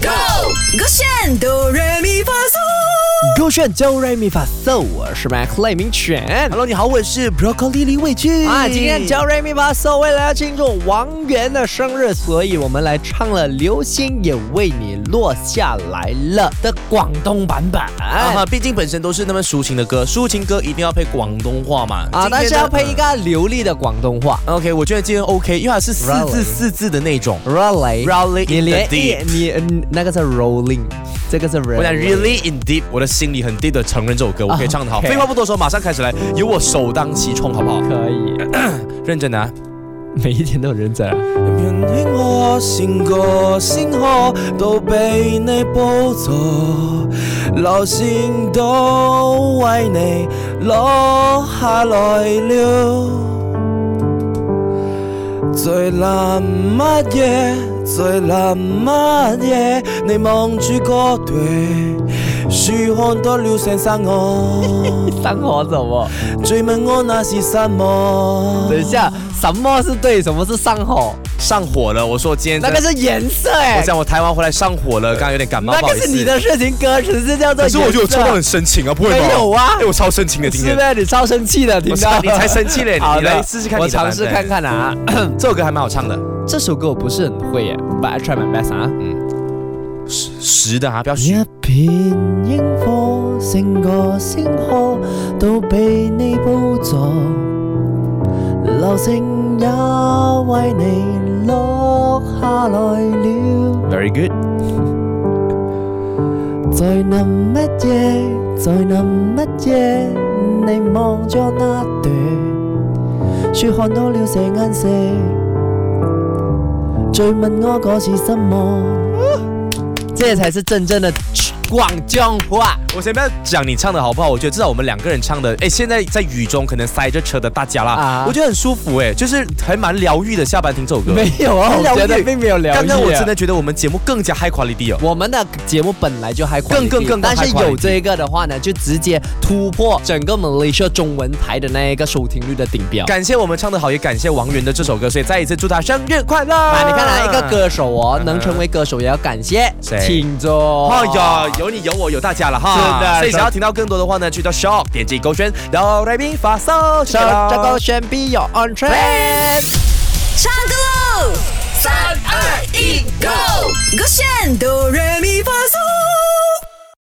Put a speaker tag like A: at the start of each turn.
A: Go，勾选哆来咪发嗦。
B: 勾选 Do Re Mi Fa So，我是 Max 赖明全。
C: Hello，你好，我是 Broccoli 李伟俊
B: 啊，今天 Do Re Mi Fa So 为了要庆祝王源的生日，所以我们来唱了《流星也为你落下来了》的广东版本
C: 啊
B: 啊
C: 哈，毕竟本身都是那么抒情的歌，抒情歌一定要配广东话嘛。今天
B: 啊但是
C: 呢
B: 要配一个流利的广东话。
C: 嗯 OK，我觉得今天 OK，因为它是四
B: Rally
C: 字四字的那种。
B: Rolling，
C: Rolling in
B: 你
C: the
B: 连
C: deep
B: 你嗯那个是 Rolling，这个是 Rolling。
C: 我想 really in deep，我的心里很 deep 的承认这首歌，我可以唱得好。
B: 啊 OK
C: 废话不多说，马上开始来，由我首当其冲，好不好？
B: 可以，
C: 认真的、啊。
B: 每一天都很认真啊。
C: 人輕我，成個星河都被你捕捉，流星都為你落下來了。最藍乜嘢？最藍乜嘢？你望住個地，樹看到了成山我，
B: 生活怎么？
C: 追問我那是什麼？
B: 等一下，什么是对，什么是上火？
C: 上火了，我说今天
B: 那个是颜色哎、
C: 我讲我台湾回来上火了，刚刚有点感冒，
B: 那
C: 不好
B: 个
C: 意
B: 是
C: 思。
B: 你的事情，歌词是叫做
C: 可
B: 颜
C: 是
B: 色。
C: 我觉得我唱到很深情啊，不会吧？
B: 没有啊
C: 哎，我超深情的，今
B: 是
C: 天。
B: 呗？你超生气的，听
C: 我
B: 到
C: 操你才生气嘞！
B: 好
C: 你
B: 的
C: 来试试看，
B: 我尝试看。看啊。
C: 这首歌还蛮好唱的，
B: 这首歌我不是很会耶，But I try my best 啊。
C: 实的啊，不要
B: 一
C: 虚。
B: 片樱火，成個星河都被你捕捉，流星也為你落下來了。
C: Very good。
B: 在那乜嘢，在那乜嘢，你望咗那段，說看到了這顏色，最問我嗰是什麼？這才是真正的廣東話。
C: 我先不要讲你唱的好不好，我觉得至少我们两个人唱的，哎，现在在雨中可能塞着车的大家啦
B: 啊，
C: 我觉得很舒服哎，就是还蛮疗愈的。下班听这首歌，
B: 没有啊，
C: 很
B: 我
C: 疗愈
B: 觉得并没有疗愈啊。
C: 刚刚我真的觉得我们节目更加 high quality 哦。
B: 我们的节目本来就还
C: 更更更更
B: 但是
C: high quality
B: 有这个的话呢，就直接突破整个 Malaysia 中文台的那一个收听率的顶标。
C: 感谢我们唱的好，也感谢王源的这首歌，所以再一次祝他生日快乐！
B: 啊，你看啊，一个歌手哦，能成为歌手也要感谢
C: 谁
B: 听众。
C: 哎呀，有你有我有大家了哈！
B: 哦是的
C: 所以想要听到更多的话呢，去到 Shop 点击勾选 Do Re Mi Fa So，
B: 这这个选 B 有 on trend。
A: 唱歌喽！三二一，Go！勾选哆来咪发嗦。